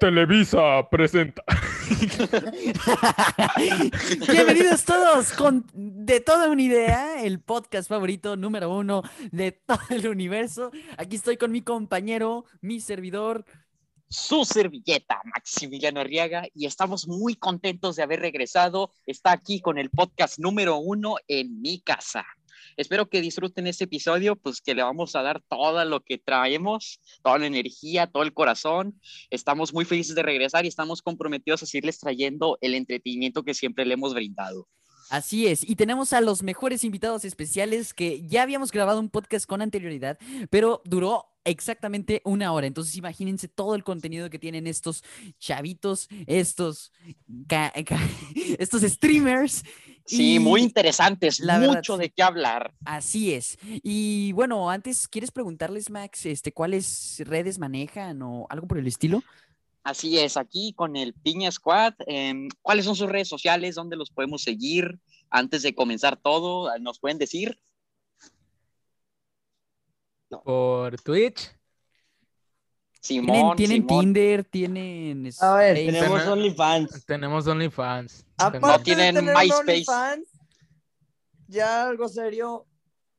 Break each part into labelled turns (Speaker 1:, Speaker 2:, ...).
Speaker 1: Televisa presenta.
Speaker 2: Bienvenidos todos con De Toda Una Idea, el podcast favorito número uno de todo el universo. Aquí estoy con mi compañero, mi servidor.
Speaker 3: Su servilleta, Maximiliano Arriaga, y estamos muy contentos de haber regresado. Está aquí con el podcast número uno en mi casa. Espero que disfruten este episodio, pues que le vamos a dar todo lo que traemos, toda la energía, todo el corazón. Estamos muy felices de regresar y estamos comprometidos a seguirles trayendo el entretenimiento que siempre le hemos brindado.
Speaker 2: Así es, y tenemos a los mejores invitados especiales que ya habíamos grabado un podcast con anterioridad, pero duró exactamente una hora. Entonces imagínense todo el contenido que tienen estos chavitos, estos, ca- ca- estos streamers.
Speaker 3: Sí,
Speaker 2: Y
Speaker 3: muy interesantes,
Speaker 2: la verdad,
Speaker 3: mucho
Speaker 2: sí.
Speaker 3: de qué hablar.
Speaker 2: Así es. Y bueno, antes, ¿quieres preguntarles, Max, este, cuáles redes manejan o algo por el estilo?
Speaker 3: Así es, aquí con el Piña Squad. em, ¿Cuáles son sus redes sociales? ¿Dónde los podemos seguir? Antes de comenzar todo, ah, ¿nos pueden decir?
Speaker 4: por Twitch.
Speaker 2: ¿Tienen,
Speaker 3: Simón,
Speaker 2: tienen
Speaker 3: Simón.
Speaker 2: Tinder? ¿Tienen este,
Speaker 5: A ver,
Speaker 2: Space?
Speaker 5: tenemos
Speaker 4: Internet.
Speaker 5: OnlyFans.
Speaker 4: Tenemos OnlyFans.
Speaker 3: No
Speaker 6: Ah,
Speaker 5: Aparte
Speaker 3: tienen
Speaker 5: de tener un
Speaker 3: MySpace.
Speaker 5: OnlyFans, ya algo serio,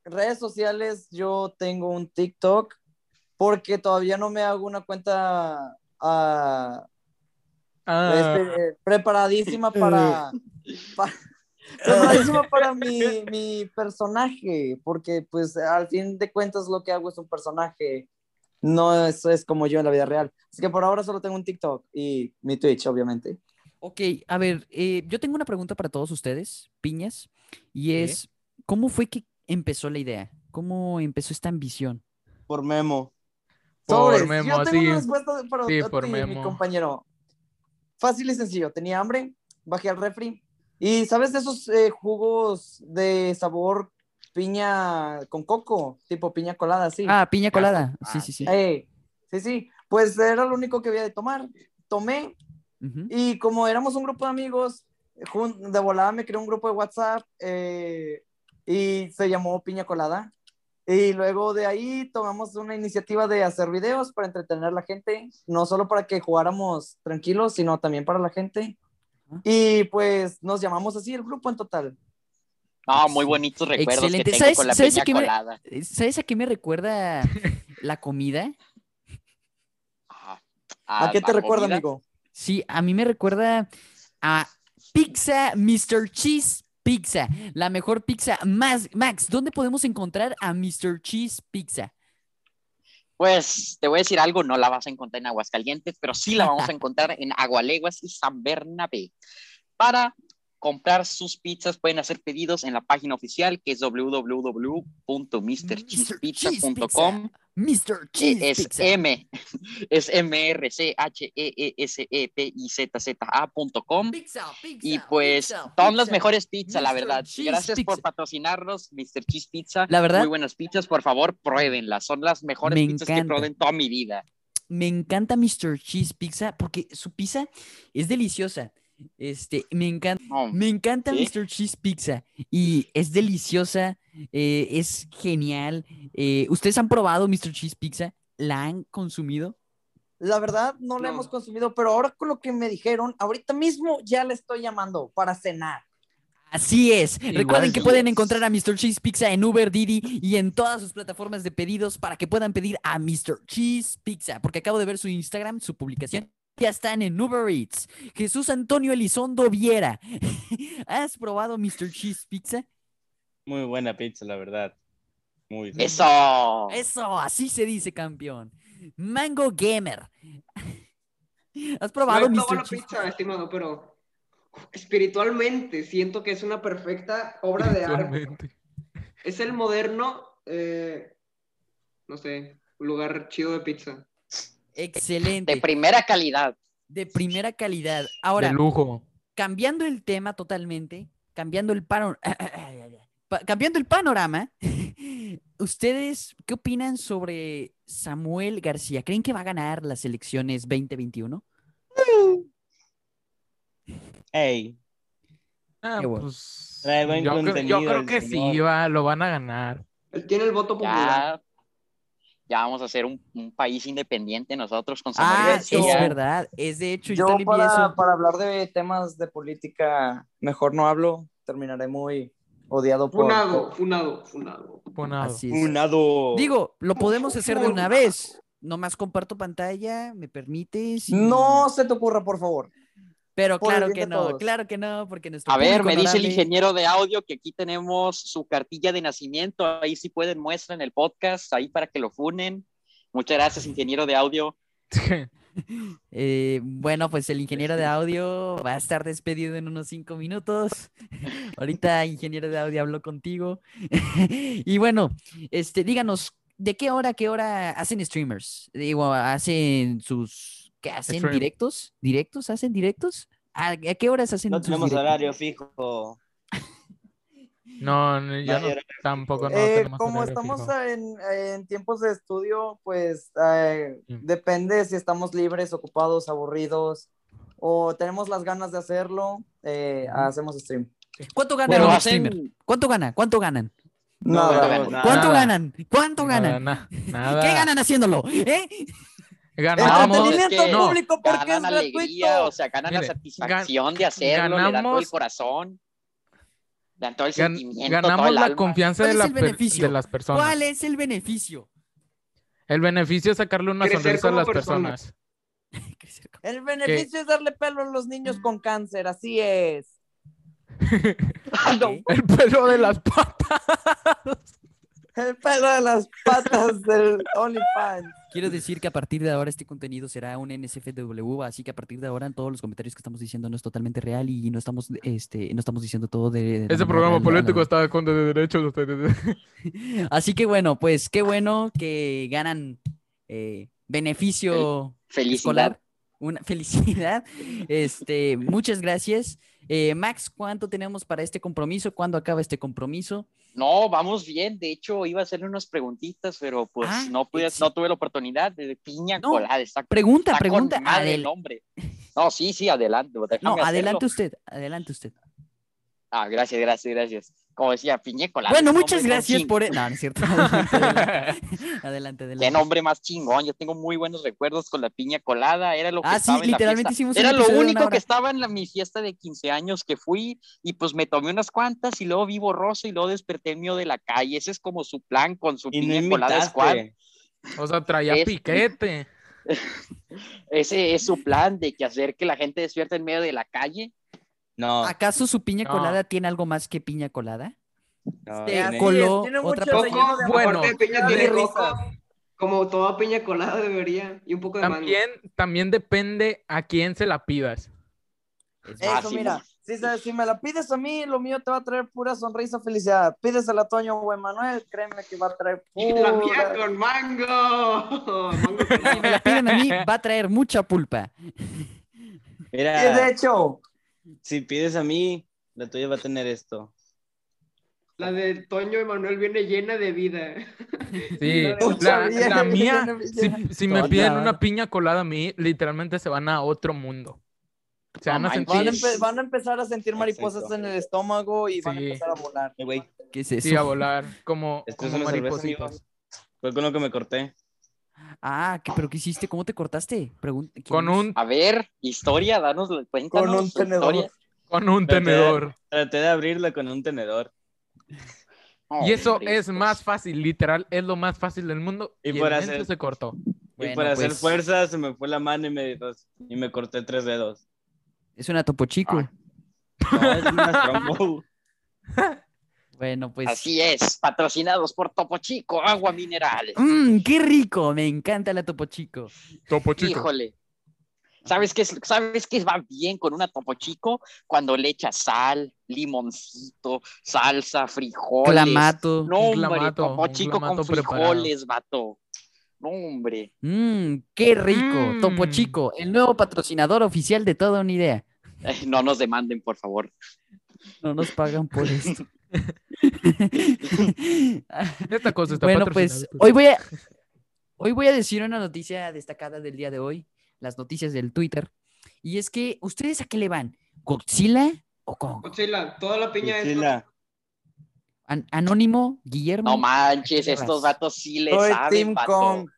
Speaker 5: redes sociales, yo tengo un TikTok porque todavía no me hago una cuenta ah,
Speaker 4: Ah,
Speaker 5: este, eh, preparadísima para... pa- preparadísima para mi, mi personaje, porque pues al fin de cuentas lo que hago es un personaje, no es, es como yo en la vida real. Así que por ahora solo tengo un TikTok y mi Twitch, obviamente.
Speaker 2: Ok, a ver, eh, yo tengo una pregunta para todos ustedes, piñas, y
Speaker 4: Ok.
Speaker 2: es, ¿cómo fue que empezó la idea? ¿Cómo empezó esta ambición?
Speaker 5: Por Memo.
Speaker 4: Por
Speaker 5: Sobres.
Speaker 4: Memo,
Speaker 5: Yo tengo
Speaker 4: sí.
Speaker 5: una respuesta para
Speaker 4: Sí,
Speaker 5: a
Speaker 4: por
Speaker 5: ti, mi
Speaker 4: Memo.
Speaker 5: compañero. Fácil y sencillo. Tenía hambre, bajé al refri. Y ¿sabes de esos eh, jugos de sabor piña con coco? Tipo piña colada, sí.
Speaker 2: Ah, piña
Speaker 4: Ya.
Speaker 2: colada. Sí, sí, sí.
Speaker 5: Eh, sí, sí. Pues era lo único que había de tomar. Tomé
Speaker 2: Ujú.
Speaker 5: y como éramos un grupo de amigos, jun- de volada me creó un grupo de WhatsApp eh, y se llamó Piña Colada. Y luego de ahí tomamos una iniciativa de hacer videos para entretener a la gente, no solo para que jugáramos tranquilos, sino también para la gente. Y pues nos llamamos así el grupo en total.
Speaker 3: No, Ah, muy bonitos recuerdos
Speaker 2: Excelente.
Speaker 3: que tengo
Speaker 2: ¿Sabes-
Speaker 3: con la
Speaker 2: sabes a
Speaker 3: piña
Speaker 2: qué me-
Speaker 3: colada.
Speaker 2: Eh, ¿Sabes a qué me recuerda la comida?
Speaker 3: Ajá.
Speaker 5: ¿A qué te
Speaker 3: Ah, la
Speaker 5: recuerda,
Speaker 3: comida.
Speaker 5: amigo?
Speaker 2: Sí, a mí me recuerda a Pizza, Mr. Cheese Pizza, la mejor pizza. Más, Max, ¿dónde podemos encontrar a Mr. Cheese Pizza?
Speaker 3: Pues te voy a decir algo, no la vas a encontrar en Aguascalientes, pero sí la vamos a encontrar en Agualeguas y San Bernabé. Para comprar sus pizzas pueden hacer pedidos en la página oficial que es www.mrcheesepizza.com.
Speaker 2: Mr. Cheese
Speaker 3: Es
Speaker 2: Pizza.
Speaker 3: M, es M R C H E E S E P I Z Z A.com.
Speaker 2: Pizza, pizza,
Speaker 3: Y pues
Speaker 2: pizza,
Speaker 3: son las
Speaker 2: pizza.
Speaker 3: mejores pizzas, la
Speaker 2: Mr.
Speaker 3: verdad.
Speaker 2: Cheese
Speaker 3: Gracias por
Speaker 2: Pizza.
Speaker 3: patrocinarnos, Mr. Cheese Pizza.
Speaker 2: La verdad-
Speaker 3: Muy buenas pizzas, por favor, pruébenlas. Son las mejores
Speaker 2: Me
Speaker 3: pizzas que
Speaker 2: encanta.
Speaker 3: probé en toda mi vida.
Speaker 2: Me encanta Mr. Cheese Pizza porque su pizza es deliciosa. Este, me encanta,
Speaker 3: No,
Speaker 2: me encanta
Speaker 3: ¿Sí?
Speaker 2: Mr. Cheese Pizza y es deliciosa, eh, es genial. Eh, ¿ustedes han probado Mr. Cheese Pizza? ¿La han consumido?
Speaker 5: La verdad, no la
Speaker 3: No.
Speaker 5: hemos consumido, pero ahora con lo que me dijeron, ahorita mismo ya le estoy llamando para cenar.
Speaker 2: Así es. Recuerden
Speaker 4: Igual.
Speaker 2: que pueden encontrar a Mr. Cheese Pizza en Uber, Didi y en todas sus plataformas de pedidos para que puedan pedir a Mr. Cheese Pizza, porque acabo de ver su Instagram, su publicación. Ya están en Uber Eats. Jesús Antonio Elizondo Viera. ¿Has probado Mr. Cheese Pizza?
Speaker 6: Muy buena pizza, la verdad. Muy rica.
Speaker 3: Eso.
Speaker 2: Eso, así se dice, campeón. Mango Gamer. ¿Has probado
Speaker 7: no he probado
Speaker 2: Mr.
Speaker 7: la
Speaker 2: Cheese?
Speaker 7: pizza, estimado, pero espiritualmente siento que es una perfecta obra de arte.
Speaker 4: actualmente.
Speaker 7: Es el moderno, eh, no sé, un lugar chido de pizza.
Speaker 2: Excelente.
Speaker 3: De primera calidad.
Speaker 2: De primera calidad.
Speaker 4: De
Speaker 2: Ahora,
Speaker 4: lujo.
Speaker 2: cambiando el tema totalmente, cambiando el pano- pa- cambiando el panorama, ¿ustedes qué opinan sobre Samuel García? ¿Creen que va a ganar las elecciones 2021?
Speaker 6: Ey,
Speaker 4: Ah,
Speaker 2: Qué bueno.
Speaker 4: pues,
Speaker 6: Trae buen
Speaker 4: yo, creo, yo
Speaker 6: contenido
Speaker 4: creo
Speaker 6: el
Speaker 4: que sí,
Speaker 6: señor.
Speaker 4: va, lo van a ganar.
Speaker 7: Él tiene el voto popular.
Speaker 3: Ya. Ya vamos a ser un, un país independiente nosotros con
Speaker 2: Ah,
Speaker 3: Samuel
Speaker 2: es
Speaker 5: yo-
Speaker 3: García.
Speaker 2: verdad. Es de hecho, yo,
Speaker 5: Yo
Speaker 2: también vi
Speaker 5: para,
Speaker 2: eso.
Speaker 5: para hablar de temas de política, mejor no hablo, terminaré muy odiado por...
Speaker 7: Funado, funado, funado.
Speaker 4: Punado.
Speaker 2: Así es.
Speaker 6: Un nado.
Speaker 2: Digo, lo podemos hacer de una vez. Nomás comparto pantalla, ¿me permites? Y-
Speaker 5: No se te ocurra, por favor.
Speaker 2: Pero
Speaker 5: por el
Speaker 2: claro
Speaker 5: bien
Speaker 2: que
Speaker 5: de
Speaker 2: no,
Speaker 5: todos.
Speaker 2: claro que no, porque nuestro
Speaker 3: A ver,
Speaker 2: público
Speaker 3: me dice el
Speaker 2: honorable-
Speaker 3: ingeniero de audio que aquí tenemos su cartilla de nacimiento. Ahí si pueden muestren el podcast, ahí para que lo funen. Muchas gracias, ingeniero de audio.
Speaker 2: Eh, bueno, pues el ingeniero de audio va a estar despedido en unos cinco minutos. Ahorita, ingeniero de audio, hablo contigo. y bueno, este, díganos, ¿de qué hora, a qué hora hacen streamers? Digo, hacen sus. ¿Qué hacen?
Speaker 4: Stream.
Speaker 2: ¿Directos? ¿Directos? ¿Hacen directos? ¿A, a qué horas hacen
Speaker 6: No
Speaker 2: sus
Speaker 6: tenemos
Speaker 2: directos?
Speaker 6: horario fijo.
Speaker 4: No, no, yo
Speaker 6: Vaya,
Speaker 4: no- tampoco no
Speaker 5: Eh,
Speaker 4: tenemos
Speaker 5: como
Speaker 4: horario
Speaker 5: estamos
Speaker 4: fijo.
Speaker 5: en, en tiempos de estudio, pues eh,
Speaker 4: Mm.
Speaker 5: depende si estamos libres, ocupados, aburridos o tenemos las ganas de hacerlo, eh, hacemos stream.
Speaker 2: ¿Cuánto gana
Speaker 3: Pero
Speaker 2: un
Speaker 3: hacen-
Speaker 2: streamer? ¿Cuánto gana? ¿Cuánto ganan?
Speaker 6: No,
Speaker 5: Nada.
Speaker 6: tenemos Ah, nada.
Speaker 2: ¿Cuánto ganan? ¿Cuánto
Speaker 4: Nada,
Speaker 2: ganan?
Speaker 4: na- nada.
Speaker 2: ¿Qué ganan haciéndolo? ¿Eh?
Speaker 4: Ganamos,
Speaker 3: Entretenimiento
Speaker 4: es que- no,
Speaker 5: público porque es
Speaker 3: ganan alegría,
Speaker 5: gratuito.
Speaker 3: o sea, ganan la
Speaker 4: Mire,
Speaker 3: satisfacción de hacerlo, le dan todo el
Speaker 4: ganamos-
Speaker 3: corazón, le dan todo el
Speaker 4: gan-
Speaker 3: sentimiento, todo
Speaker 4: ganamos
Speaker 3: el
Speaker 4: la
Speaker 3: alma.
Speaker 4: confianza
Speaker 2: ¿Cuál
Speaker 4: de,
Speaker 2: es
Speaker 4: la
Speaker 2: el
Speaker 4: per-
Speaker 2: beneficio?
Speaker 4: de las personas.
Speaker 2: ¿Cuál es el beneficio?
Speaker 4: El beneficio es sacarle una
Speaker 7: Crecer
Speaker 4: sonrisa a
Speaker 7: como
Speaker 4: las
Speaker 7: persona.
Speaker 4: personas.
Speaker 2: Crecer como-
Speaker 5: El beneficio es darle pelo a los niños con cáncer, así es.
Speaker 3: Ah,
Speaker 2: Ok.
Speaker 4: El pelo de las patas.
Speaker 5: El pelo de las patas del OnlyFans.
Speaker 2: Quiero decir que a partir de ahora este contenido será un NSFW, así que a partir de ahora todos los comentarios que estamos diciendo no es totalmente real y no estamos, este, no estamos diciendo todo de... de la
Speaker 4: Ese
Speaker 2: manera
Speaker 4: programa
Speaker 2: real, la- la-
Speaker 4: político está con de derechos. de ustedes.
Speaker 2: Así que bueno, pues qué bueno que ganan eh, beneficio
Speaker 3: Felicidad.
Speaker 2: escolar, una felicidad. Este, muchas gracias. Eh, Max, ¿cuánto tenemos para este compromiso? ¿Cuándo acaba este compromiso?
Speaker 3: No, vamos bien. De hecho, iba a hacerle unas preguntitas, pero pues
Speaker 2: Ah,
Speaker 3: no pude,
Speaker 2: sí.
Speaker 3: no tuve la oportunidad. de Piña
Speaker 2: No,
Speaker 3: colada, está,
Speaker 2: Pregunta,
Speaker 3: está con
Speaker 2: pregunta.
Speaker 3: madre
Speaker 2: Adel-
Speaker 3: el nombre. No, sí, sí, adelante.
Speaker 2: no,
Speaker 3: déjame hacerlo.
Speaker 2: adelante usted, adelante usted.
Speaker 3: Ah, gracias, gracias, gracias. Como decía, piña colada.
Speaker 2: Bueno,
Speaker 3: qué
Speaker 2: muchas
Speaker 3: nombre tan
Speaker 2: gracias
Speaker 3: chingón,
Speaker 2: por... e-, No, no es cierto. Adelante, adelante. Adelante,
Speaker 3: Qué
Speaker 2: adelante.
Speaker 3: nombre más chingón. Yo tengo muy buenos recuerdos con la piña colada. Era lo que
Speaker 2: Ah, sí,
Speaker 3: estaba en la
Speaker 2: literalmente
Speaker 3: fiesta.
Speaker 2: hicimos un
Speaker 3: Era lo
Speaker 2: episodio de una
Speaker 3: único
Speaker 2: hora.
Speaker 3: que estaba en la- mi fiesta de 15 años que fui y pues me tomé unas cuantas y luego vi borroso y luego desperté en medio de la calle. Ese es como su plan con su
Speaker 6: Y no
Speaker 3: piña colada squad.
Speaker 6: invitaste.
Speaker 4: O sea, traía
Speaker 3: Es-
Speaker 4: piquete.
Speaker 3: Ese es su plan de que hacer que la gente despierta en medio de la calle.
Speaker 6: No,
Speaker 2: ¿Acaso su piña
Speaker 4: No.
Speaker 2: colada tiene algo más que piña colada?
Speaker 6: no,
Speaker 2: Este,
Speaker 6: tiene-
Speaker 2: col- coló
Speaker 5: tiene
Speaker 2: otra
Speaker 5: mucho
Speaker 4: piña.
Speaker 5: relleno de
Speaker 4: Bueno,
Speaker 5: amor.
Speaker 7: Aparte de piña
Speaker 5: da
Speaker 7: tiene
Speaker 5: risa.
Speaker 7: coco, como toda piña colada debería, y un poco de mango.
Speaker 4: También, también depende a quién se la pidas.
Speaker 2: Es
Speaker 5: Eso,
Speaker 3: Máximo.
Speaker 5: mira, si, se- si me la pides a mí, lo mío te va a traer pura sonrisa, felicidad. Pídesela a Toño o a Manuel, créeme que va a traer
Speaker 7: Y la mía
Speaker 5: pura...
Speaker 7: con mango. Mango
Speaker 2: Si
Speaker 7: con
Speaker 2: me la piden a mí, va a traer mucha pulpa.
Speaker 5: Y de
Speaker 6: Mira,
Speaker 5: hecho,
Speaker 6: si pides a mí, la tuya va a tener esto.
Speaker 7: La de Toño y Manuel viene llena de vida.
Speaker 4: Sí, la,
Speaker 5: Mucha vida,
Speaker 4: la mía,
Speaker 5: llena de vida.
Speaker 4: si, si me
Speaker 2: Toda.
Speaker 4: piden una piña colada a mí, literalmente se van a otro mundo. Se
Speaker 3: No
Speaker 4: van a
Speaker 3: manches.
Speaker 5: van a,
Speaker 4: sentir
Speaker 5: empe- van a empezar a sentir mariposas
Speaker 6: Exacto.
Speaker 5: en el estómago y van a
Speaker 4: Sí.
Speaker 5: empezar a volar.
Speaker 6: Eh, güey,
Speaker 2: ¿Qué es eso?
Speaker 4: sí, a volar como,
Speaker 6: Esto es
Speaker 4: como
Speaker 6: una cerveza,
Speaker 4: maripositas.
Speaker 6: amigo. fue con lo que me corté.
Speaker 2: Ah, ¿qué- ¿pero qué hiciste? ¿Cómo te cortaste? Pregun- ¿quién
Speaker 4: Con
Speaker 2: es?
Speaker 4: un,
Speaker 6: Ah,
Speaker 3: A ver, historia, danos, cuéntanos.
Speaker 5: Con un
Speaker 3: su historia.
Speaker 5: tenedor.
Speaker 4: con un
Speaker 6: Traté de-
Speaker 4: tenedor.
Speaker 6: Traté de abrirla con un tenedor.
Speaker 4: Y eso
Speaker 3: Hombre,
Speaker 4: es
Speaker 3: pues,
Speaker 4: más fácil, literal, es lo más fácil del mundo.
Speaker 6: Y
Speaker 4: Y,
Speaker 6: por
Speaker 4: el
Speaker 6: hacer-
Speaker 4: menso se cortó.
Speaker 6: y
Speaker 2: Bueno,
Speaker 6: para hacer
Speaker 2: pues,
Speaker 6: fuerza se me fue la mano y me, y me corté tres dedos.
Speaker 2: Es una topo chico.
Speaker 3: Ah.
Speaker 6: No, es una trombo.
Speaker 2: Bueno, pues. Mm.
Speaker 3: Así es, patrocinados por Topo Chico, agua mineral.
Speaker 2: Mmm, qué rico. Me encanta la topo chico.
Speaker 4: Topo
Speaker 3: Híjole. ¿Sabes qué, es- ¿Sabes qué va bien con una Topo Chico? Cuando le echas sal, limoncito, salsa, frijoles.
Speaker 2: Clamato.
Speaker 3: No,
Speaker 4: Un
Speaker 3: hombre,
Speaker 4: clamato,
Speaker 3: Topo
Speaker 4: un
Speaker 3: Chico con
Speaker 4: clamato
Speaker 3: frijoles, vato. No, hombre.
Speaker 2: Mmm, qué rico. Topo
Speaker 4: Mm.
Speaker 2: chico, el nuevo patrocinador oficial de toda una idea.
Speaker 3: Eh, No nos demanden, por favor.
Speaker 2: No nos pagan por esto.
Speaker 4: Esta cosa está
Speaker 2: bueno,
Speaker 4: patrocinada
Speaker 2: pues
Speaker 4: por-
Speaker 2: hoy voy, a, hoy voy a decir una noticia destacada del día de hoy, las noticias del Twitter. Y es que, ¿ustedes a qué le van? ¿Godzilla o Kong?
Speaker 7: Godzilla, toda la piña es
Speaker 6: Priscila,
Speaker 2: An- Anónimo, Guillermo.
Speaker 3: No manches,
Speaker 2: Tierras.
Speaker 3: estos vatos sí les
Speaker 5: Soy
Speaker 3: saben,
Speaker 5: Team
Speaker 3: vato.
Speaker 5: Kong.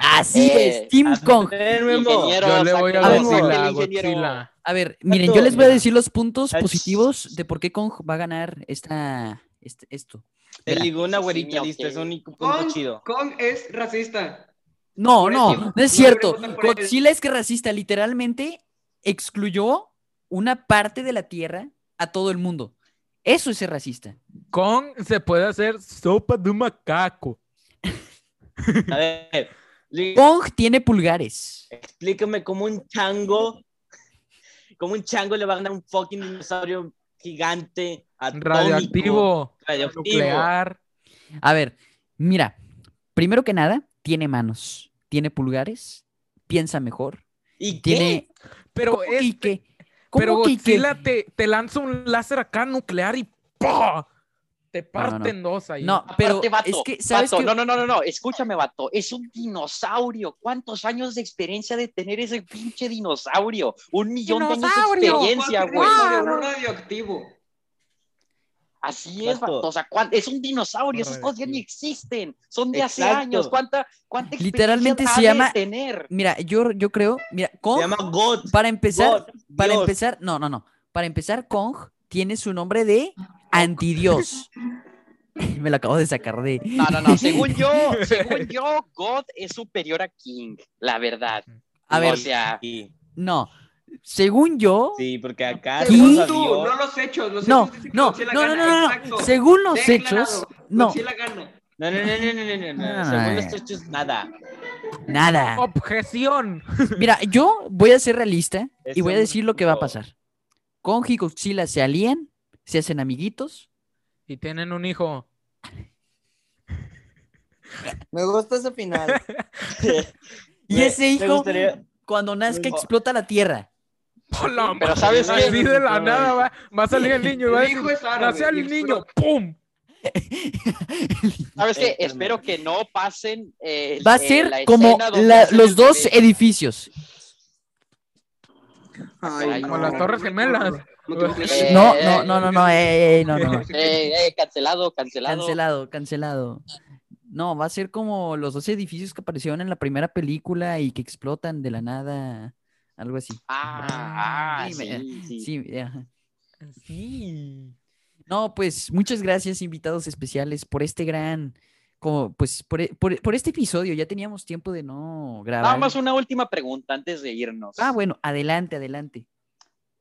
Speaker 2: Así
Speaker 3: Eh,
Speaker 2: es, Ah, Team Kong.
Speaker 6: Ven, Memo.
Speaker 3: Ingeniero,
Speaker 4: Yo le voy
Speaker 3: sáquenlo,
Speaker 4: a
Speaker 5: Vamos.
Speaker 4: Godzilla,
Speaker 3: sáquenlo,
Speaker 4: a
Speaker 3: ingeniero.
Speaker 4: Godzilla.
Speaker 2: A ver, miren, yo
Speaker 6: Vato,
Speaker 2: les voy a
Speaker 6: mira.
Speaker 2: decir los puntos
Speaker 6: Ach.
Speaker 2: positivos de por qué Kong va a ganar esta, este- esto.
Speaker 6: Te
Speaker 2: Mira.
Speaker 6: ligó una
Speaker 3: Sí,
Speaker 6: güerita,
Speaker 3: ok.
Speaker 6: listo, es un punto
Speaker 7: Kong,
Speaker 6: chido.
Speaker 7: Kong es racista.
Speaker 2: No,
Speaker 7: Por
Speaker 2: no,
Speaker 7: eso,
Speaker 2: no es
Speaker 7: no
Speaker 2: cierto.
Speaker 7: preguntan por él.
Speaker 2: Godzilla es que racista, literalmente excluyó una parte de la Tierra a todo el mundo. Eso es ser racista.
Speaker 4: Kong se puede hacer sopa de un macaco.
Speaker 6: A ver, li-
Speaker 2: Kong tiene pulgares.
Speaker 6: explícame cómo un chango, cómo un chango le va a ganar un fucking dinosaurio gigante, atómico,
Speaker 4: Radioactivo,
Speaker 6: radioactivo.
Speaker 4: nuclear.
Speaker 2: A ver, mira, primero que nada, tiene manos, tiene pulgares, piensa mejor,
Speaker 6: ¿Y qué?
Speaker 2: tiene...
Speaker 4: Pero,
Speaker 2: ¿Cómo que y
Speaker 4: es,
Speaker 2: qué? ¿Cómo
Speaker 4: pero
Speaker 2: que y qué?
Speaker 4: Godzilla te, te lanza un láser acá nuclear y ¡pah! Te parte
Speaker 2: no.
Speaker 4: en dos ahí.
Speaker 2: No,
Speaker 3: Aparte,
Speaker 2: pero
Speaker 3: vato,
Speaker 2: es que, ¿sabes
Speaker 3: vato,
Speaker 2: qué?
Speaker 3: No, no, no, no, no, escúchame, vato. Es un dinosaurio. ¿Cuántos años de experiencia de tener ese pinche dinosaurio? Un millón de
Speaker 2: ¡Dinosaurio!
Speaker 3: años de experiencia,
Speaker 7: ¿Cuál
Speaker 3: güey.
Speaker 7: dinosaurio? Un radioactivo.
Speaker 3: Así es,
Speaker 6: Vato.
Speaker 3: vato. O sea, ¿cuán- es un dinosaurio. Esos cosas ya ni existen. Son de hace
Speaker 6: Exacto.
Speaker 3: años. ¿Cuánta, cuánta experiencia
Speaker 2: Literalmente
Speaker 3: ha
Speaker 2: se
Speaker 3: de
Speaker 2: llama-
Speaker 3: tener?
Speaker 2: Mira, yo, yo creo, mira,
Speaker 6: Se
Speaker 2: Kong,
Speaker 6: llama God.
Speaker 2: para empezar,
Speaker 6: God,
Speaker 2: para
Speaker 6: Dios.
Speaker 2: empezar, no, no, no, para empezar, Kong tiene su nombre de antidios. Me lo acabo de sacar de...
Speaker 3: No, no, no. Según yo, según yo, God es superior a King. La verdad.
Speaker 2: A ver,
Speaker 3: O sea,
Speaker 6: Sí,
Speaker 2: no, según yo...
Speaker 6: sí, porque acá
Speaker 7: Según
Speaker 6: somos a
Speaker 7: tú,
Speaker 6: Dios.
Speaker 7: no los hechos. Los
Speaker 2: No,
Speaker 7: hechos dicen que
Speaker 2: no,
Speaker 7: Godzilla
Speaker 2: no, no, no,
Speaker 7: gana,
Speaker 2: no, no,
Speaker 7: exacto.
Speaker 2: Según los
Speaker 7: Declarado,
Speaker 2: hechos, no,
Speaker 7: Godzilla gana.
Speaker 6: No, no, no, no, no, no, no, no.
Speaker 2: Ah,
Speaker 6: Según
Speaker 2: eh.
Speaker 6: los hechos, nada.
Speaker 2: nada.
Speaker 4: Objeción.
Speaker 2: Mira, yo voy a ser realista y
Speaker 6: Es
Speaker 2: voy a
Speaker 6: un
Speaker 2: decir lo que va a
Speaker 6: mundo.
Speaker 2: pasar. Kong y Godzilla se alían, se hacen amiguitos.
Speaker 4: Y tienen un hijo.
Speaker 5: Me gusta ese final.
Speaker 2: Y
Speaker 6: Me-
Speaker 2: ese
Speaker 6: me
Speaker 2: hijo,
Speaker 6: gustaría-
Speaker 2: cuando nazca,
Speaker 6: No.
Speaker 2: explota la Tierra.
Speaker 4: ¡Hola,
Speaker 3: Pero ¿sabes qué?
Speaker 4: Así de la nada va, va a salir el niño. y Va a
Speaker 7: El
Speaker 4: decir,
Speaker 7: hijo es árabe.
Speaker 4: nació
Speaker 7: y
Speaker 4: el
Speaker 7: explotó.
Speaker 4: niño. ¡Pum!
Speaker 3: ¿sabes qué?
Speaker 6: Espérame.
Speaker 3: Espero que no pasen. eh,
Speaker 2: Va a
Speaker 3: eh,
Speaker 2: ser
Speaker 3: la
Speaker 2: como
Speaker 3: escena donde
Speaker 2: la-
Speaker 3: hacen
Speaker 2: los
Speaker 3: el
Speaker 2: dos
Speaker 3: bebé.
Speaker 2: edificios.
Speaker 5: Ay,
Speaker 4: Como
Speaker 5: no.
Speaker 4: las torres gemelas.
Speaker 3: Eh,
Speaker 2: No, no, no, no, no, ey, ey, no, no, no.
Speaker 3: Eh, eh, cancelado, cancelado.
Speaker 2: Cancelado, cancelado. No, va a ser como los dos edificios que aparecieron en la primera película y que explotan de la nada. Algo así.
Speaker 3: Ah, ah,
Speaker 2: Sí,
Speaker 3: sí,
Speaker 2: me-
Speaker 3: sí.
Speaker 2: Sí, ajá.
Speaker 4: Sí.
Speaker 2: No, pues muchas gracias, invitados especiales, por este gran, como, pues, por, e- por, e- por este episodio. Ya teníamos tiempo de no
Speaker 6: Ah,
Speaker 3: Nada
Speaker 2: grabar.
Speaker 3: más una última pregunta antes de irnos.
Speaker 2: Ah, bueno, adelante, adelante.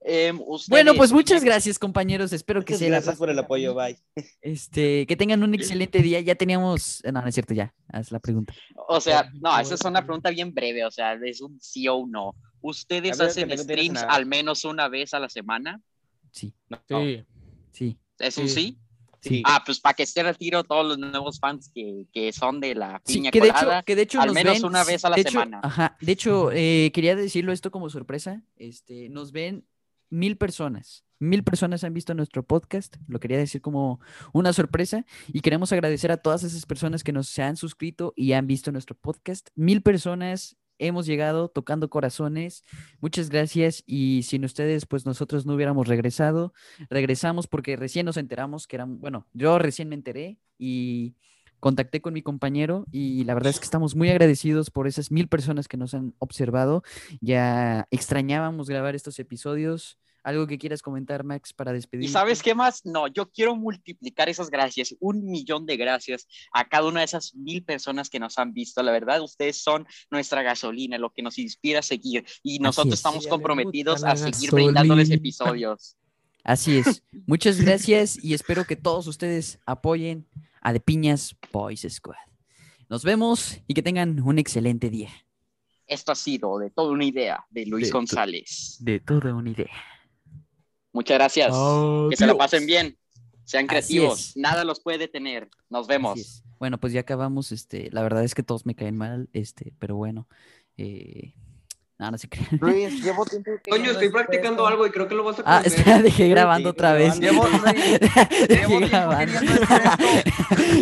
Speaker 3: Em, ustedes-
Speaker 2: Bueno, pues muchas gracias, compañeros. Espero que
Speaker 6: Muchas
Speaker 2: se la
Speaker 6: gracias por el apoyo, bye.
Speaker 2: pasen- este, que tengan un excelente día. Ya teníamos, no, no es cierto, ya, haz la pregunta.
Speaker 3: O sea, no, esa es una pregunta bien breve, o sea, es un sí o no. ¿Ustedes
Speaker 6: A ver,
Speaker 3: hacen
Speaker 6: que no tienes
Speaker 3: streams
Speaker 6: nada.
Speaker 3: al menos una vez a la semana?
Speaker 2: Sí,
Speaker 4: Sí.
Speaker 7: Ah,
Speaker 2: sí.
Speaker 3: ¿Es un
Speaker 4: Sí.
Speaker 3: sí?
Speaker 6: Sí.
Speaker 3: Ah, pues para que esté al tiro todos los nuevos fans que, que son de la
Speaker 2: Sí,
Speaker 3: piña
Speaker 2: que de hecho,
Speaker 3: colada.
Speaker 2: que de hecho
Speaker 3: al
Speaker 2: nos
Speaker 3: menos
Speaker 2: ven,
Speaker 3: una vez a la
Speaker 2: de hecho-
Speaker 3: semana.
Speaker 2: ajá, de hecho, eh, quería decirlo esto como sorpresa. Este, nos ven mil personas. Mil personas han visto nuestro podcast. Lo quería decir como una sorpresa. Y queremos agradecer a todas esas personas que nos se han suscrito y han visto nuestro podcast. Mil personas hemos llegado tocando corazones. Muchas gracias. Y sin ustedes, pues nosotros no hubiéramos regresado. Regresamos porque recién nos enteramos que eran, bueno, yo recién me enteré y contacté con mi compañero y la verdad es que estamos muy agradecidos por esas mil personas que nos han observado. Ya extrañábamos grabar estos episodios. ¿Algo que quieras comentar, Max, para
Speaker 3: ¿Y
Speaker 2: despedirnos?
Speaker 3: sabes qué más? No, yo quiero multiplicar esas gracias, un millón de gracias a cada una de esas mil personas que nos han visto. La verdad, ustedes son nuestra gasolina, lo que nos inspira a seguir. Y nosotros
Speaker 2: es.
Speaker 3: estamos
Speaker 4: Sí, a mí me
Speaker 3: comprometidos
Speaker 4: gusta
Speaker 3: a
Speaker 4: la
Speaker 3: seguir brindándoles
Speaker 4: gasolina.
Speaker 3: episodios.
Speaker 2: Así es. Muchas gracias y espero que todos ustedes apoyen a The Piñas Boys Squad. Nos vemos y que tengan un excelente día.
Speaker 3: Esto ha sido de toda una idea de Luis
Speaker 2: De to-
Speaker 3: González.
Speaker 2: De toda una idea.
Speaker 3: Muchas gracias. que se la
Speaker 4: Adiós.
Speaker 3: pasen bien. Sean
Speaker 2: Oh, Así
Speaker 3: creativos.
Speaker 2: es.
Speaker 3: Nada los puede detener. Nos vemos.
Speaker 2: Bueno, pues ya acabamos. Este, la verdad es que todos me caen mal, este, pero bueno. Eh, no, no se crean.
Speaker 5: Luis, llevo tiempo.
Speaker 7: Coño,
Speaker 5: queriendo este,
Speaker 7: estoy
Speaker 5: hacer
Speaker 7: practicando
Speaker 5: esto.
Speaker 7: algo y creo que lo vas a
Speaker 2: Ah,
Speaker 7: aprender.
Speaker 2: dejé grabando otra vez.
Speaker 5: Llevo,
Speaker 2: Dejé
Speaker 5: llevo tiempo
Speaker 2: grabando.
Speaker 5: queriendo hacer esto.